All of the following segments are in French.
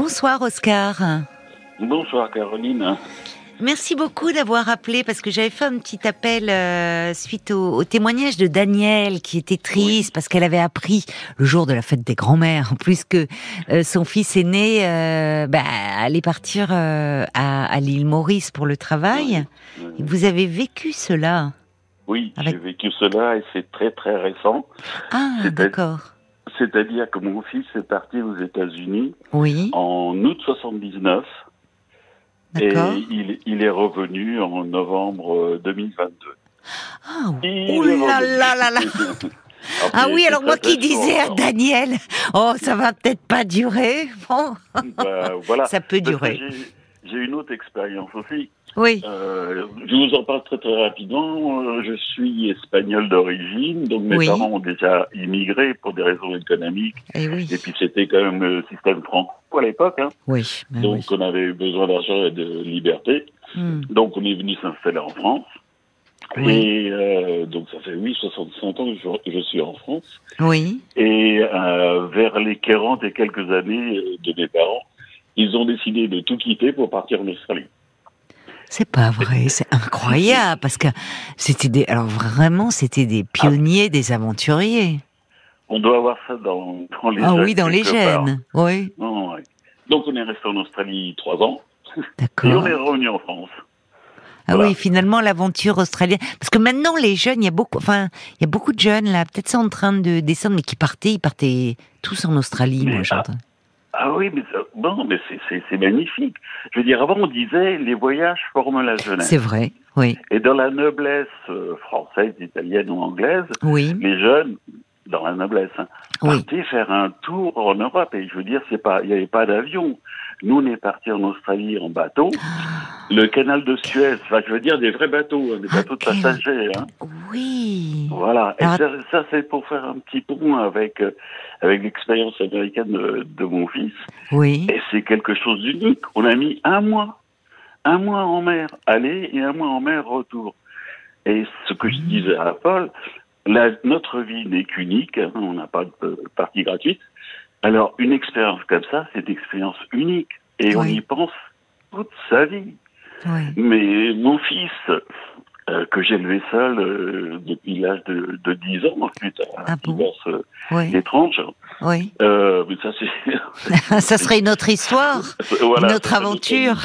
Bonsoir Oscar. Bonsoir Caroline. Merci beaucoup d'avoir appelé parce que j'avais fait un petit appel euh, suite au, au, témoignage de Danielle qui était triste parce qu'elle avait appris le jour de la fête des grands-mères en plus que euh, son fils aîné euh, bah, allait partir à, à l'île Maurice pour le travail. Oui, oui. Vous avez vécu cela Oui, avec... j'ai vécu cela et c'est très très récent. Ah, d'accord. C'est-à-dire que mon fils est parti aux États-Unis oui. en août 79. Et il, il, est revenu en novembre 2022. Ah, oh là là là là Ah oui, alors moi qui disais à Daniel, oh ça va peut-être pas durer, bon, bah, voilà. ça peut durer. J'ai une autre expérience aussi. Oui. Euh, je vous en parle très très rapidement. Euh, Je suis espagnol d'origine, donc mes oui. parents ont déjà immigré pour des raisons économiques. Et, eh oui. et puis c'était quand même le système franco à l'époque. Hein. Oui. donc Ah oui. on avait eu besoin d'argent et de liberté. Hmm. Mm. Donc on est venu s'installer en France. Et euh, donc ça fait oui 65 ans que je, je suis en France. Oui. Et euh, vers les 40 et quelques années euh, de mes parents, ils ont décidé de tout quitter pour partir en Australie. C'est pas vrai, c'est incroyable parce que c'était des, alors vraiment c'était des pionniers, ah. des aventuriers. On doit avoir ça dans, dans les ah oui dans les gènes, oui. Non, oui. Ah Donc on est resté en Australie trois ans. D'accord. Et on est revenu en France. Ah voilà. oui, finalement l'aventure australienne. Parce que maintenant les jeunes, il y a beaucoup, enfin il y a beaucoup de jeunes là, peut-être sont en train de descendre, mais qui partaient, ils partaient tous en Australie, mais moi j'entends. Ah oui, mais, bon, mais c'est magnifique. Je veux dire, avant on disait les voyages forment la jeunesse. C'est vrai, oui. Et dans la noblesse euh, française, italienne ou anglaise, oui. les jeunes, dans la noblesse, hein, oui. partaient faire un tour en Europe. Et je veux dire, c'est pas, il n'y avait pas d'avion. Nous, on est partis en Australie en bateau. Le canal de Suez, enfin, je veux dire des vrais bateaux, hein, des bateaux okay. de passagers. Hein. Oui. Voilà. Et Alors... ça, ça c'est pour faire un petit pont avec, euh, avec l'expérience américaine de, de, mon fils. Oui. Et c'est quelque chose d'unique. On a mis un mois. Un mois en mer aller et un mois en mer retour. Et ce que je disais à Paul, la, notre vie n'est qu'unique, hein, on n'a pas de partie gratuite. Alors, une expérience comme ça, c'est une expérience unique. Et oui. on y pense toute sa vie. Oui. Mais mon fils, euh, que j'ai élevé seul euh, depuis l'âge de, de, 10 ans, ensuite, à ah bon divorce euh, oui. étrange. euh, Oui. mais ça, c'est. ça serait une autre histoire, voilà, une autre aventure.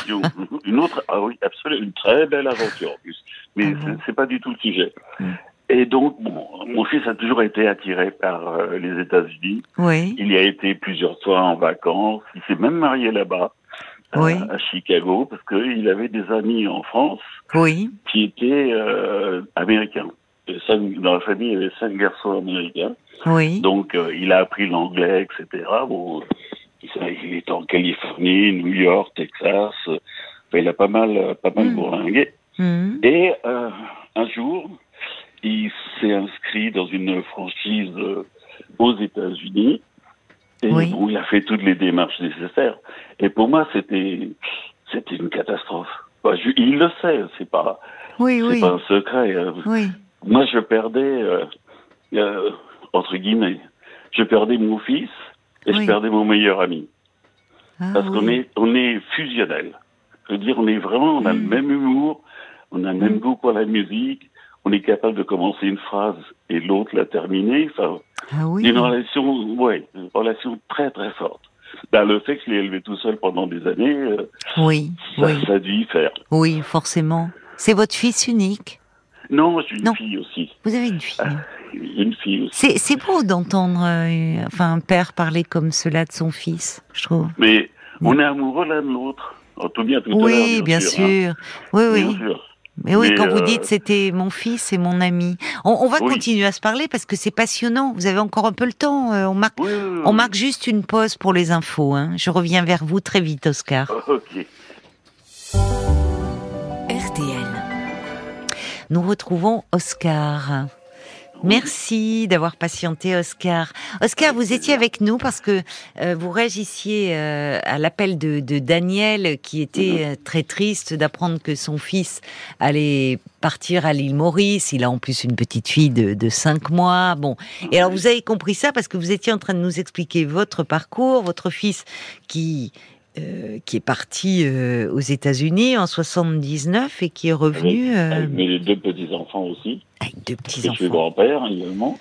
Une, autre, ah oui, absolument, une très belle aventure en plus. Mais Mhm. ah bon. c'est pas du tout le sujet. Mmh. Et donc, bon, mon fils a toujours été attiré par euh, les États-Unis. Oui. Il y a été plusieurs fois en vacances. Il s'est même marié là-bas, oui. euh, à Chicago, parce qu'il avait des amis en France oui. qui étaient euh, américains. Cinq, dans la famille, il y avait cinq garçons américains. Oui. Donc, euh, il a appris l'anglais, etc. Bon, il est en Californie, New York, Texas. Enfin, il a pas mal, pas mal mmh. Hmm. bourlingué. Mmh. Et euh, un jour, il s'est inscrit dans une franchise euh, aux États-Unis. Et oui. bon, il a fait toutes les démarches nécessaires. Et pour moi, c'était, c'était une catastrophe. Enfin, je, il le sait, c'est pas, oui, c'est oui. pas un secret. hein. Moi, je perdais, euh, euh, entre guillemets, je perdais mon fils et je perdais mon meilleur ami. Ah, Parce qu'on est, on est fusionnel. Je veux dire, on est vraiment, on a mmh. Mm. le même humour, on a le même mmh. goût pour la musique, on est capable de commencer une phrase et l'autre la terminer. Enfin, ah oui. Une relation, ouais, une relation très très forte. Ben, le fait que je l'ai élevé tout seul pendant des années, euh, oui, ça, oui. ça a dû y faire. Oui, forcément. C'est votre fils unique Non, j'ai une non. fille aussi. Vous avez une fille ah, Une fille aussi. C'est beau d'entendre euh, enfin, un père parler comme cela de son fils, je trouve. Mais oui. on est amoureux l'un de l'autre. Tout bien, tout oui, à bien, sûr. sûr. Hein. Oui, oui. Bien sûr. Mais oui, Mais quand euh... vous dites c'était mon fils et mon ami, on, on va oui. continuer à se parler parce que c'est passionnant. Vous avez encore un peu le temps. euh, on marque, oui, oui, on marque juste une pause pour les infos. Hein. Je reviens vers vous très vite, Oscar. Okay. RTL. Nous retrouvons Oscar. Merci d'avoir patienté, Oscar. Oscar, vous étiez avec nous parce que euh, vous réagissiez euh, à l'appel de, de, Daniel, qui était euh, très triste d'apprendre que son fils allait partir à l'île Maurice. Il a en plus une petite fille de, de 5 mois. Bon, et alors vous avez compris ça parce que vous étiez en train de nous expliquer votre parcours, votre fils qui euh, qui est parti euh, aux États-Unis en 79 et qui est revenu euh, Avec, avec mes deux petits-enfants aussi. avec deux petits Et je suis enfants. grand-père également.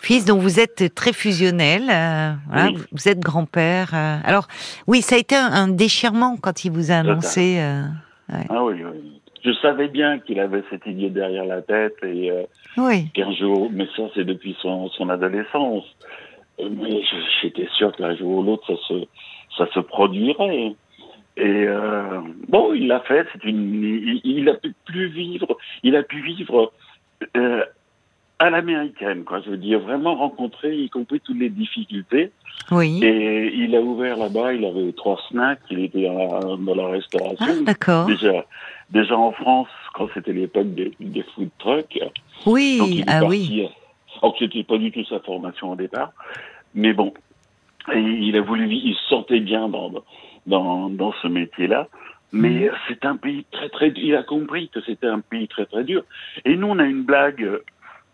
Fils, donc vous êtes très fusionnel. euh, voilà, Oui. vous- Vous êtes grand-père. euh. Alors oui, ça a été un, un déchirement quand il vous a Total. annoncé. euh, Ah oui, oui. Je savais bien qu'il avait cette idée derrière la tête et euh, Oui. qu'un jour, mais ça c'est depuis son, son adolescence. Euh, Mais je- j'étais sûr qu'un jour ou l'autre, ça se, ça se produirait. Et euh, bon, il l'a fait. C'est une, il, il a pu plus vivre. Il a pu vivre euh, à l'américaine, quoi. Je veux dire, vraiment rencontrer, y compris toutes les difficultés. Oui. Et il a ouvert là-bas, il avait trois snacks, il était dans la, dans la Ah, restauration. d'accord. déjà, déjà en France, quand c'était l'époque des, des food trucks. donc il Oui, est ah parti, euh, oui. Alors que c'était pas du tout sa formation au départ. Mais bon, et il a voulu, vi- il se sentait bien dans, dans, dans ce métier-là. Mais Mm. euh, c'est un pays très très dur. Il a compris que c'était un pays très très dur. Et nous, on a une blague, euh,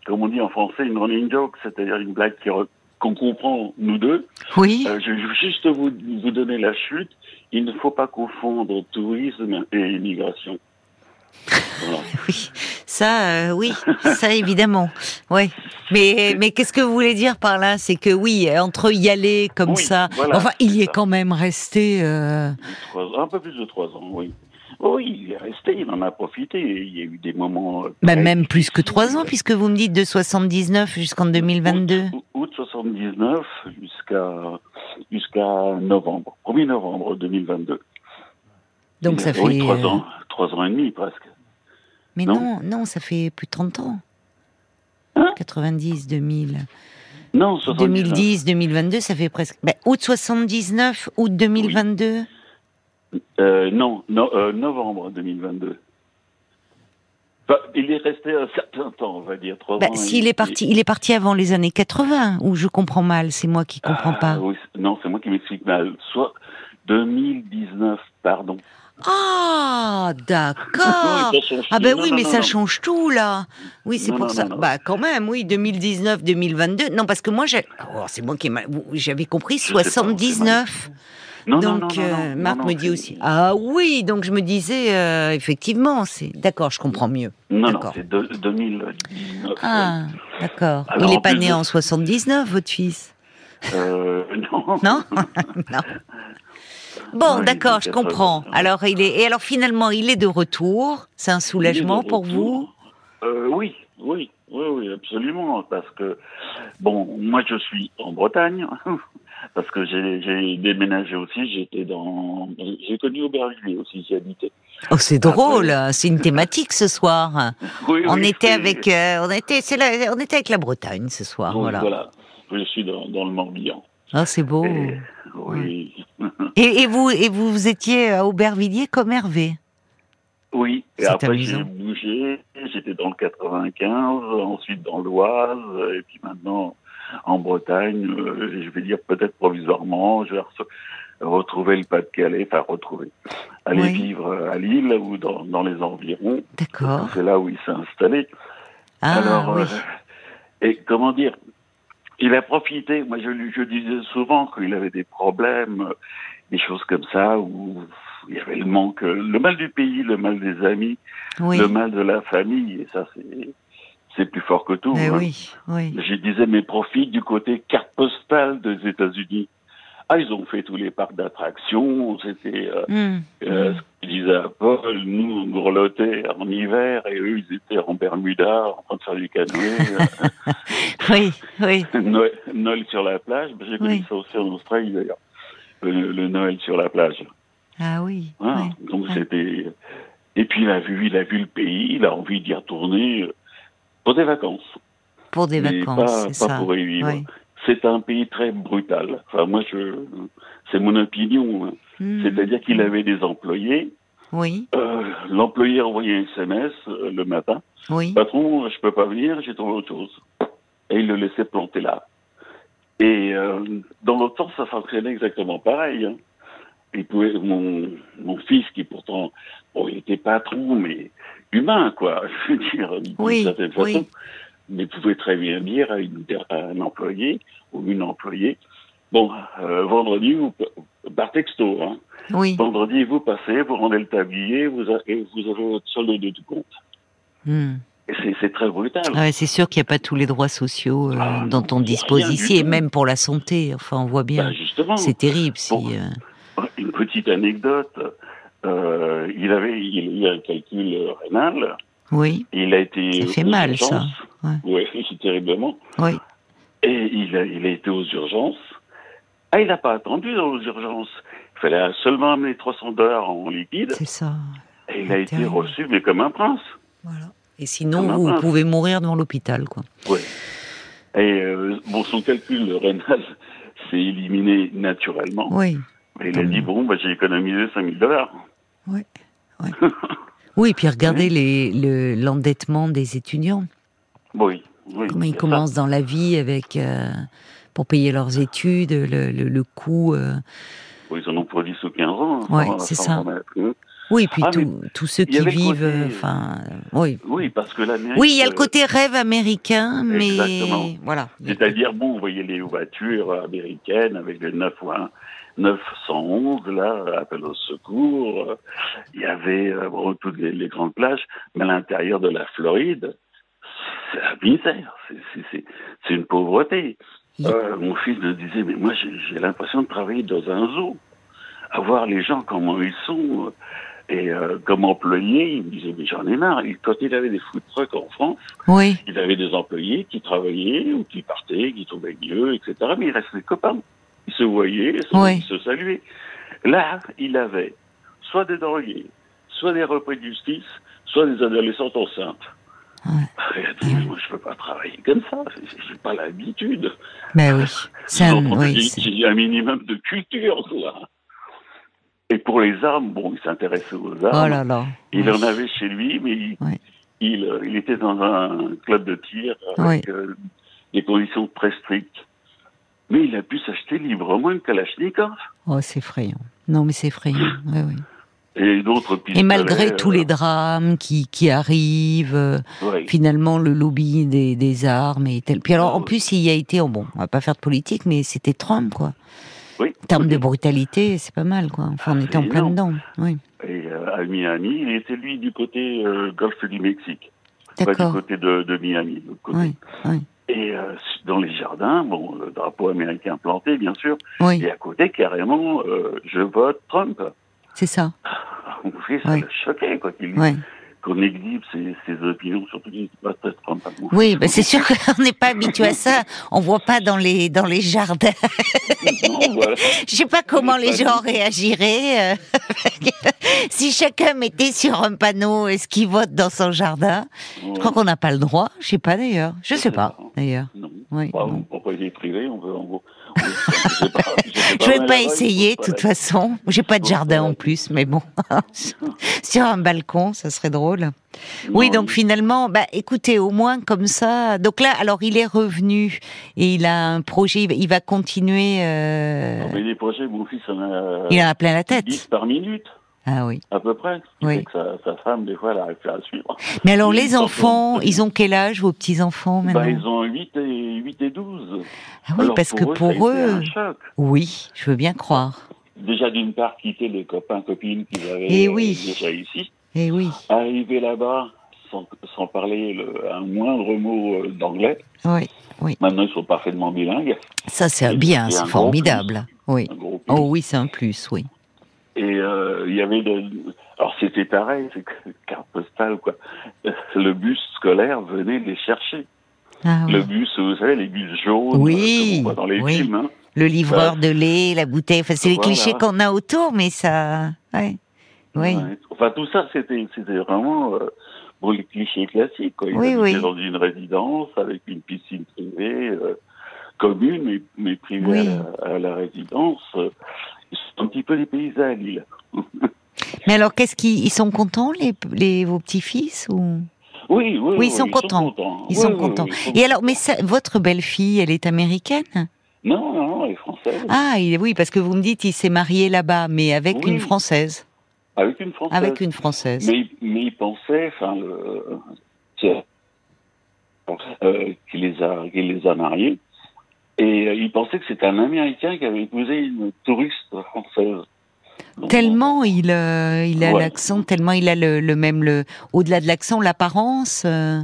comme on dit en français, une running joke, c'est-à-dire une blague qui re- qu'on comprend nous deux. Oui. Euh, je vais juste vous, vous donner la chute. Il ne faut pas confondre tourisme et immigration. Voilà. Oui, ça, euh, oui, ça évidemment. Ouais. Mais mais qu'est-ce que vous voulez dire par là C'est que oui, entre y aller comme Oui, ça. voilà, enfin, il c'est y est ça. quand même resté. euh, Trois- un peu plus de trois ans, oui. Oh, Oui, il est resté, il en a profité. Il y a eu des moments. euh, bah, très même plus que trois difficiles. ans, puisque vous me dites de 79 jusqu'en 2022. Août, août 79 jusqu'à jusqu'à novembre, 1er novembre 2022. Donc ça fait. oui, trois euh, ans, trois ans et demi presque. Mais non, non non, ça fait plus de 30 ans. Hein 90, 2000, Non, 79. 2010, 2022, ça fait presque. Bah, août 79, août 2022. Euh, non, no- euh, novembre 2022. Bah, il est resté un certain temps, on va dire, trois Bah, ans. s'il Oh, Il- est parti, il est parti avant les années 80, ou je comprends mal, c'est moi qui Ah, comprends pas. oui, c'est- non, c'est moi qui m'explique mal. Soit 2019, pardon. Ah, d'accord. Oui, ça change Ah tout. ben Non, oui, non, mais non, ça non. change tout là. Oui, c'est Non, pour non, ça. non, non. Bah quand même, oui, 2019, 2022. Non, parce que moi, j'ai- oh, c'est moi qui ai mal- j'avais compris sais pas, on s'est mal- 79. Non, non, donc non, non, non, euh, non, Marc non, me c'est- dit aussi. Ah oui, donc je me disais euh, effectivement, c'est d'accord, je comprends mieux. Non, non, D'accord. c'est de- 2019. Ah, d'accord. Alors, Il est en pas plus né de- en 79, votre fils. Euh, non. Non Non. Bon, d'accord, Oui, donc, je quatre-vingts. comprends. Alors, il est, et alors finalement, il est de retour. C'est un soulagement Il est de pour retour. vous Euh, Oui, oui, oui, oui, absolument. Parce que, bon, moi je suis en Bretagne, parce que j'ai j'ai déménagé aussi, j'étais dans. J'ai connu Aubervilliers aussi, j'y habitais. Oh, c'est drôle. C'est une thématique ce soir. Oui, on oui, était c'est- avec, euh, on était, c'est la- on était avec la Bretagne ce soir. oui, voilà. Je suis dans, dans le Morbihan. Ah, c'est beau. Et- oui, Et, et vous, et vous, vous étiez à Aubervilliers comme Hervé. oui. Et C'est après amusant. j'ai bougé, j'étais dans le 95, ensuite dans l'Oise, et puis maintenant en Bretagne, euh, je vais dire peut-être provisoirement, je vais rece- retrouver le Pas-de-Calais, enfin retrouver, aller Oui. vivre à Lille ou dans, dans les environs. D'accord. C'est là où il s'est installé. Oh. Ah Alors, oui. euh, et comment dire Il a profité. Moi, je, lui- je disais souvent qu'il avait des problèmes, euh, des choses comme ça, où il y avait le manque, euh, le mal du pays, le mal des amis, oui. euh, le mal de la famille. Et ça, c'est c'est plus fort que tout. Mais hein. Eh oui, oui. Je disais, mais profite du côté carte postale des États-Unis. Ah, ils ont fait tous les parcs d'attractions. C'était euh, Hmm. euh, Mm. ce qu'il disait à Paul, nous on grelottait en hiver et eux ils étaient en Bermuda en train de faire du canoë, Oui, oui. euh, Noël, Noël sur la plage. Ben, J'ai connu Oui. ça aussi en Australie d'ailleurs, le, le Noël sur la plage. Ah oui. Voilà. oui. Donc Ouais. c'était. Et puis il a vu, il a vu le pays, il a envie d'y retourner euh, pour des vacances, Pour des mais vacances, pas, c'est pas ça. pour y vivre. Oui. C'est un pays très brutal. Enfin moi je, c'est mon opinion. hein. Hmm. C'est-à-dire qu'il avait des employés. Oui, Euh, L'employé envoyait un SMS euh, le matin. oui. Patron, euh, je peux pas venir, j'ai trouvé autre chose. Et il le laissait planter là. Et euh, dans l'autre temps, ça fonctionnait exactement pareil. hein. Il pouvait, mon, mon fils, qui pourtant, bon, il était patron, mais humain, quoi, je veux dire, d'une Oui, certaine oui. façon, mais pouvait très bien dire à, une, à un employé ou une employée, Bon, euh, vendredi, vous, par texto, hein. Oui. vendredi, vous passez, vous rendez le tablier, vous, a- et vous avez votre solde de compte. Hmm. Et c'est- c'est très brutal. Ah ouais, c'est sûr qu'il n'y a pas tous les droits sociaux euh, Ah, dont on non, dispose rien du ici, et tout. même pour la santé. Enfin, on voit bien. Bah, justement. euh, c'est terrible si. Bon. euh, Une petite anecdote. Euh, il avait il a eu un calcul euh, rénal. Oui, Il a été. Ça fait aux mal, ça. urgences. Oui, c'est terriblement. oui. Et il a, il a été aux urgences. Ah, il n'a pas attendu dans les urgences. Il fallait seulement amener 300 dollars en liquide. C'est ça. Et il a été terrible. reçu, mais comme un prince. Voilà. Et sinon, Comme un vous, prince. pouvez mourir devant l'hôpital, quoi. Ouais. Et euh, bon, son calcul rénal s'est éliminé naturellement. Oui. Et il a dit Bon, bah, j'ai économisé 5000 dollars. Oui, puis regardez les- le- l'endettement des étudiants. Oui. oui Comment c'est ils ça. commencent dans la vie avec euh, pour payer leurs études, le, le, le coût. euh. Bon, Ils en ont pour 10 ou 15 ans. hein, Ouais, sans- c'est sans ça. remettre, hein. Oui, et puis Ah, tous- tous ceux il y qui avait le vivent, côté- euh, enfin, euh, oui. Oui, parce que l'Amérique. Oui, il y a euh, le côté rêve américain, mais exactement. voilà. C'est-à-dire, bon, vous voyez les voitures américaines avec le 9 ou un- 911, là, appel au secours. euh, Il y avait euh, bon, toutes les, les grandes plages, mais à l'intérieur de la Floride, c'est la misère. C'est- c'est- C'est c'est une pauvreté. Il- Euh, mon fils me disait, mais moi, j'ai j'ai l'impression de travailler dans un zoo, à voir les gens comment ils sont. euh, Et euh, comme employé, il me disait, mais j'en ai marre. Et quand il avait des food trucks en France, Oui, il avait des employés qui travaillaient ou qui partaient, qui tombaient mieux, etc. Mais ils restaient copains. Ils se voyaient, ils se, Oui. ils se saluaient. Là, il avait soit des drogués, soit des repris de justice, soit des adolescentes enceintes. Ouais. Il a dit, mais moi, je peux pas travailler comme ça. J'ai j'ai pas l'habitude. ben oui. C'est Ils un- ont entendu oui, qu'il- c'est- qu'il y a un minimum de culture, quoi. Et pour les armes, bon, il s'intéressait aux armes. Oh là là. Il oui. en avait chez lui, mais il, Ouais. il, euh, il était dans un club de tir avec euh, des conditions très strictes. Mais il a pu s'acheter librement une Kalachnikov Oh, c'est effrayant. Non, mais c'est effrayant. Oui, oui. et d'autres pistolets. Et malgré tous euh, les drames qui, qui arrivent, euh, ouais. finalement le lobby des, des armes et tel. Puis alors en Ouais. plus il y a été, oh, bon, on va pas faire de politique, mais c'était Trump quoi. Oui. En termes de brutalité, c'est pas mal quoi. Enfin on Ah, était en c'est plein énorme. dedans. Oui, Et euh, à Miami, il était lui du côté euh, golfe du Mexique, pas du d'accord. côté de, de Miami. de l'autre côté. Oui, oui, Et euh, dans les jardins, bon, le drapeau américain planté, bien sûr, oui, et à côté, carrément, euh, je vote Trump. c'est ça. Ah, Mon fils, ça Ouais. l'a choqué, quoi, qu'il Ouais. qu'on exhibe ses, ses opinions, surtout qu'il n'est pas très Trump. Oui, bah, c'est sûr qu'on n'est pas habitué à ça. On voit pas dans les dans les jardins. Non, voilà. Je sais pas comment n'est les pas gens habitué. réagiraient euh, si chacun mettait sur un panneau euh, ce qu'il vote dans son jardin. Je crois qu'on n'a pas le droit. Je sais pas d'ailleurs. Je sais pas d'ailleurs. Non. Oui. Bah, bon. on- on peut essayer de priver, on peut en gros. on- je sais pas, je sais Je vais pas mais Bah, là-bas, il essayer, de faut toute pas façon. J'ai pas de Faut pas jardin en la- plus, mais bon, sur un balcon, ça serait drôle. la- Oui, Non, donc finalement, bah, écoutez, au moins comme ça. Donc là, alors il est revenu et il a un projet. il va- Il va continuer. euh, non, mais les projets, mon fils en a Il en a plein la tête. 10 par minute, Ah oui. à peu près. Ce qui Oui. fait que sa, sa femme, des fois, elle n'arrive plus à suivre. Mais alors Il les s'en enfants, fout. ils ont quel âge vos petits enfants maintenant Bah, ils ont 8 et, 8 et 12. Ah oui, Alors, parce que ça a pour été eux, un choc. oui, je veux bien croire. Déjà, d'une part, quitter les copains, copines qu'ils avaient Eh oui. euh, déjà ici. Eh oui, Arriver là-bas, sans, sans parler le- un moindre mot euh, d'anglais. oui. Maintenant, ils sont parfaitement bilingues. Ça c'est bien, Et un c'est gros formidable. Oui. Un gros plus. Oh oui, c'est un plus, oui. Et euh, il y avait de... Alors c'était pareil, c'est que- carte postale quoi. Le bus scolaire venait les chercher. Ah oui. Le bus, vous savez, les bus jaunes, Oui, euh, comme on voit dans les oui. films. Hein. Le livreur de lait, la bouteille, enfin, c'est les Voilà. clichés qu'on a autour, mais ça, ouais. oui, Ouais. Enfin tout ça, c'était c'était vraiment euh, bon les clichés classiques. Quoi. Ils Oui, habitaient oui. dans une résidence avec une piscine privée euh, commune, mais, mais privée Oui. à, la, à la résidence. Ils sont un petit peu dépaysés à Lille. Mais alors, qu'est-ce qu'ils ils sont contents les, les vos petits-fils ou Oui, oui, ils sont contents. ils Oui, sont oui, oui, contents ils sont- Et alors, mais ça, votre belle-fille, elle est américaine Non, non, non, les Français. Ah il- oui, parce que vous me dites, il s'est marié là-bas, mais avec Oui. une française, Avec une Française. avec une française. Mais, mais il pensait, enfin, le- euh, c'est- euh, qu'il les a, qu'il les a mariés, Et euh, il pensait que c'était un Américain qui avait épousé une touriste française. Donc, Tellement il, euh, il a Ouais. l'accent, tellement il a le, le même, le, au-delà de l'accent, l'apparence. euh.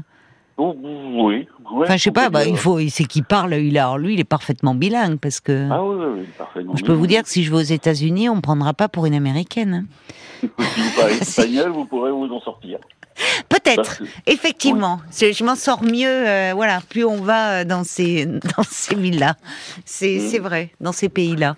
donc, oh, oui. ouais, euh, Enfin, je sais pas, bah, complètement. il faut, c'est qu'il parle, il a, alors lui, il est parfaitement bilingue parce que. Ah oui, oui, oui, parfaitement. Je peux vous dire que si je vais aux États-Unis, on me prendra pas pour une américaine. hein. Si vous parlez espagnol, vous pourrez vous en sortir. Peut-être, Parce que- effectivement. Je, je m'en sors mieux, euh, voilà, plus on va euh, dans ces, dans ces villes-là. C'est Mm. c'est vrai, dans ces pays-là.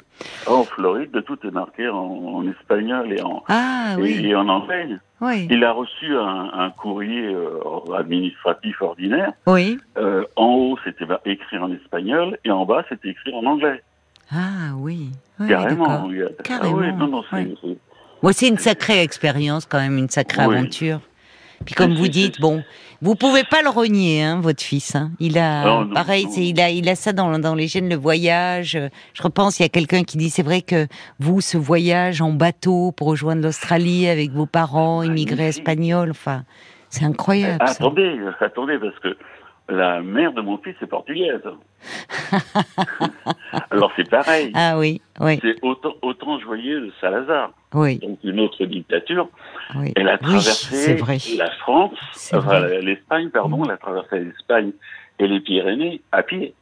En Floride, tout est marqué en, en espagnol et en, Ah oui, et, et en anglais. oui, Il a reçu un, un courrier euh, administratif ordinaire. oui. Euh, en haut, c'était bah, écrit en espagnol et en bas, c'était écrit en anglais. Ah oui, oui Carrément. d'accord. oui. Ah Carrément, oui, non, non, c'est- ouais. c'est- Bon, c'est une sacrée expérience quand même, une sacrée Oui. Ah, aventure. Puis comme C'est- vous c'est- dites, c'est- bon, vous pouvez pas le renier, hein, votre fils. hein. Il a, Ah, Non, non, pareil, non. c'est- il a, il a ça dans, dans les gènes, le voyage. Euh, Je repense, il y a quelqu'un qui dit, c'est vrai que vous, ce voyage en bateau pour rejoindre l'Australie avec vos parents, immigrés Magnifique. espagnols, enfin, c'est incroyable. ça. Eh, Attendez, euh, attendez, parce que la mère de mon fils est portugaise. Alors c'est pareil. Ah oui, oui, C'est autant, autant joyeux de Salazar, oui, donc une autre dictature. oui. Elle a oui, c'est traversé vrai. la France, C'est enfin vrai. l'Espagne, pardon, elle a traversé l'Espagne et les Pyrénées à pied.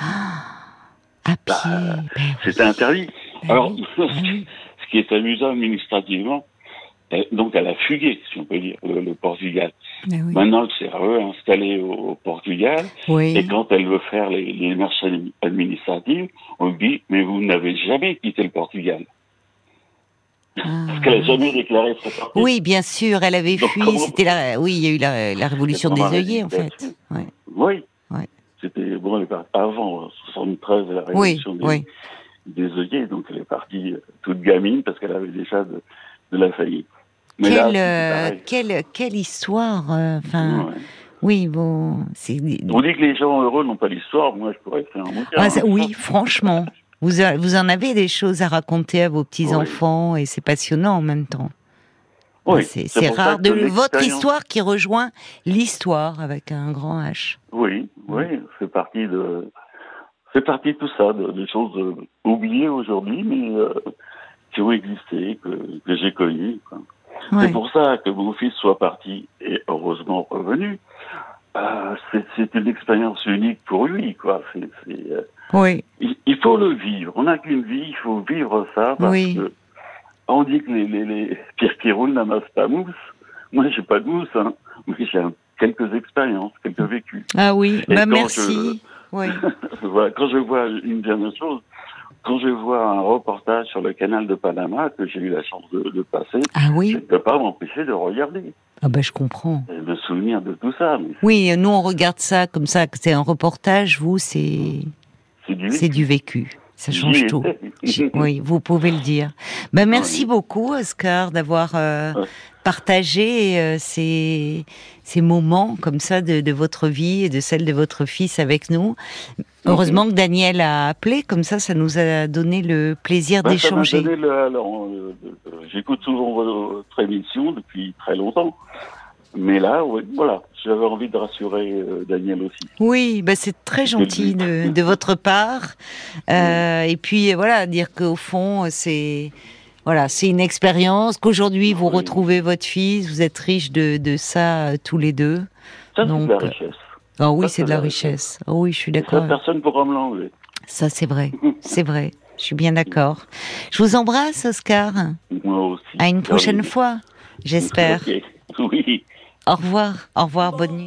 À pied. Bah, ben oui, C'était interdit. ben Alors, oui, ben oui. ce qui est amusant administrativement, euh, donc elle a fugué, si on peut dire, le, le Portugal. Ben oui. Maintenant, elle s'est réinstallée au, au Portugal. Oui. Et quand elle veut faire les, les démarches administratives, on lui dit, mais vous n'avez jamais quitté le Portugal. Ah. Parce qu'elle n'a jamais déclaré sa sortie. Oui, bien sûr, elle avait Donc, fui. comment- C'était la, oui, il y a eu la, la révolution des Comment œillets, en arrêter fait. Ouais. Oui. Ouais. C'était, bon, elle est partie avant, euh, 73, la Oui, révolution des, oui, des œillets. Donc, elle est partie euh, toute gamine parce qu'elle avait déjà de, de la faillite. Mais là, Quelle, euh, c'est quelle, quelle histoire. euh, Enfin, pareil. Ouais. oui, bon, c'est. On dit que les gens heureux n'ont pas l'histoire. Moi, je pourrais faire un bouquin. Mm. Ah, ça- oui, franchement, vous, a- vous en avez des choses à raconter à vos petits enfants et c'est passionnant en même temps. Oui, c'est c'est c'est pour ça rare que de votre l'expérience- histoire qui rejoint l'histoire avec un grand H. Oui, oui, c'est parti de, c'est parti de tout ça, de, de choses euh, oubliées aujourd'hui, mais euh, qui ont existé, que, que j'ai connues. quoi. Ouais. C'est pour ça que mon fils soit parti et heureusement revenu. Euh, c'est, c'est une expérience unique pour lui, quoi. C'est, c'est, euh, Oui, il, il faut le vivre. On n'a qu'une vie, il faut vivre ça parce Oui. que on dit que les, les, les pierres qui roulent n'amassent pas mousse. Moi, j'ai pas de mousse, hein, mais j'ai un- quelques expériences, quelques vécus. ah oui, Et bah, quand merci. Oui. Voilà, quand je vois une dernière chose, quand je vois un reportage sur le canal de Panama que j'ai eu la chance de, de passer, Ah je oui, ne peux pas m'empêcher de regarder, ah bah, je comprends. et de me souvenir de tout ça. Mais Oui, euh, nous on regarde ça comme ça, que c'est un reportage, vous c'est c'est du c'est du vécu. Ça change tout. J'ai- Oui, vous pouvez le dire. Ben merci Oui. beaucoup Oscar d'avoir euh, Ouais. partagé euh, ces ces moments comme ça de, de votre vie et de celle de votre fils avec nous. Mhm. Heureusement que Daniel a appelé, comme ça ça nous a donné le plaisir Bah, ça m'a d'échanger. donné le- alors, euh, euh, J'écoute souvent votre émission depuis très longtemps. Mais là, ouais, voilà, j'avais envie de rassurer euh, Daniel aussi. Oui, bah c'est très gentil de, de votre part. Euh, et puis euh, voilà, dire qu'au fond, euh, c'est voilà, c'est une expérience qu'aujourd'hui vous Oui. retrouvez votre fils, vous êtes riches de, de ça euh, tous les deux. Ça, c'est Donc, de la euh, richesse. Ah oui, Ça, c'est de la richesse. Ah oui, je suis Et ça, d'accord. personne ne pourra me l'enlever. Ça, c'est vrai, c'est vrai. Je suis bien d'accord. Je vous embrasse, Oscar. Moi aussi. À une prochaine Caroline. fois, j'espère. Ah Ok. Oui. Au revoir, au revoir, bonne nuit.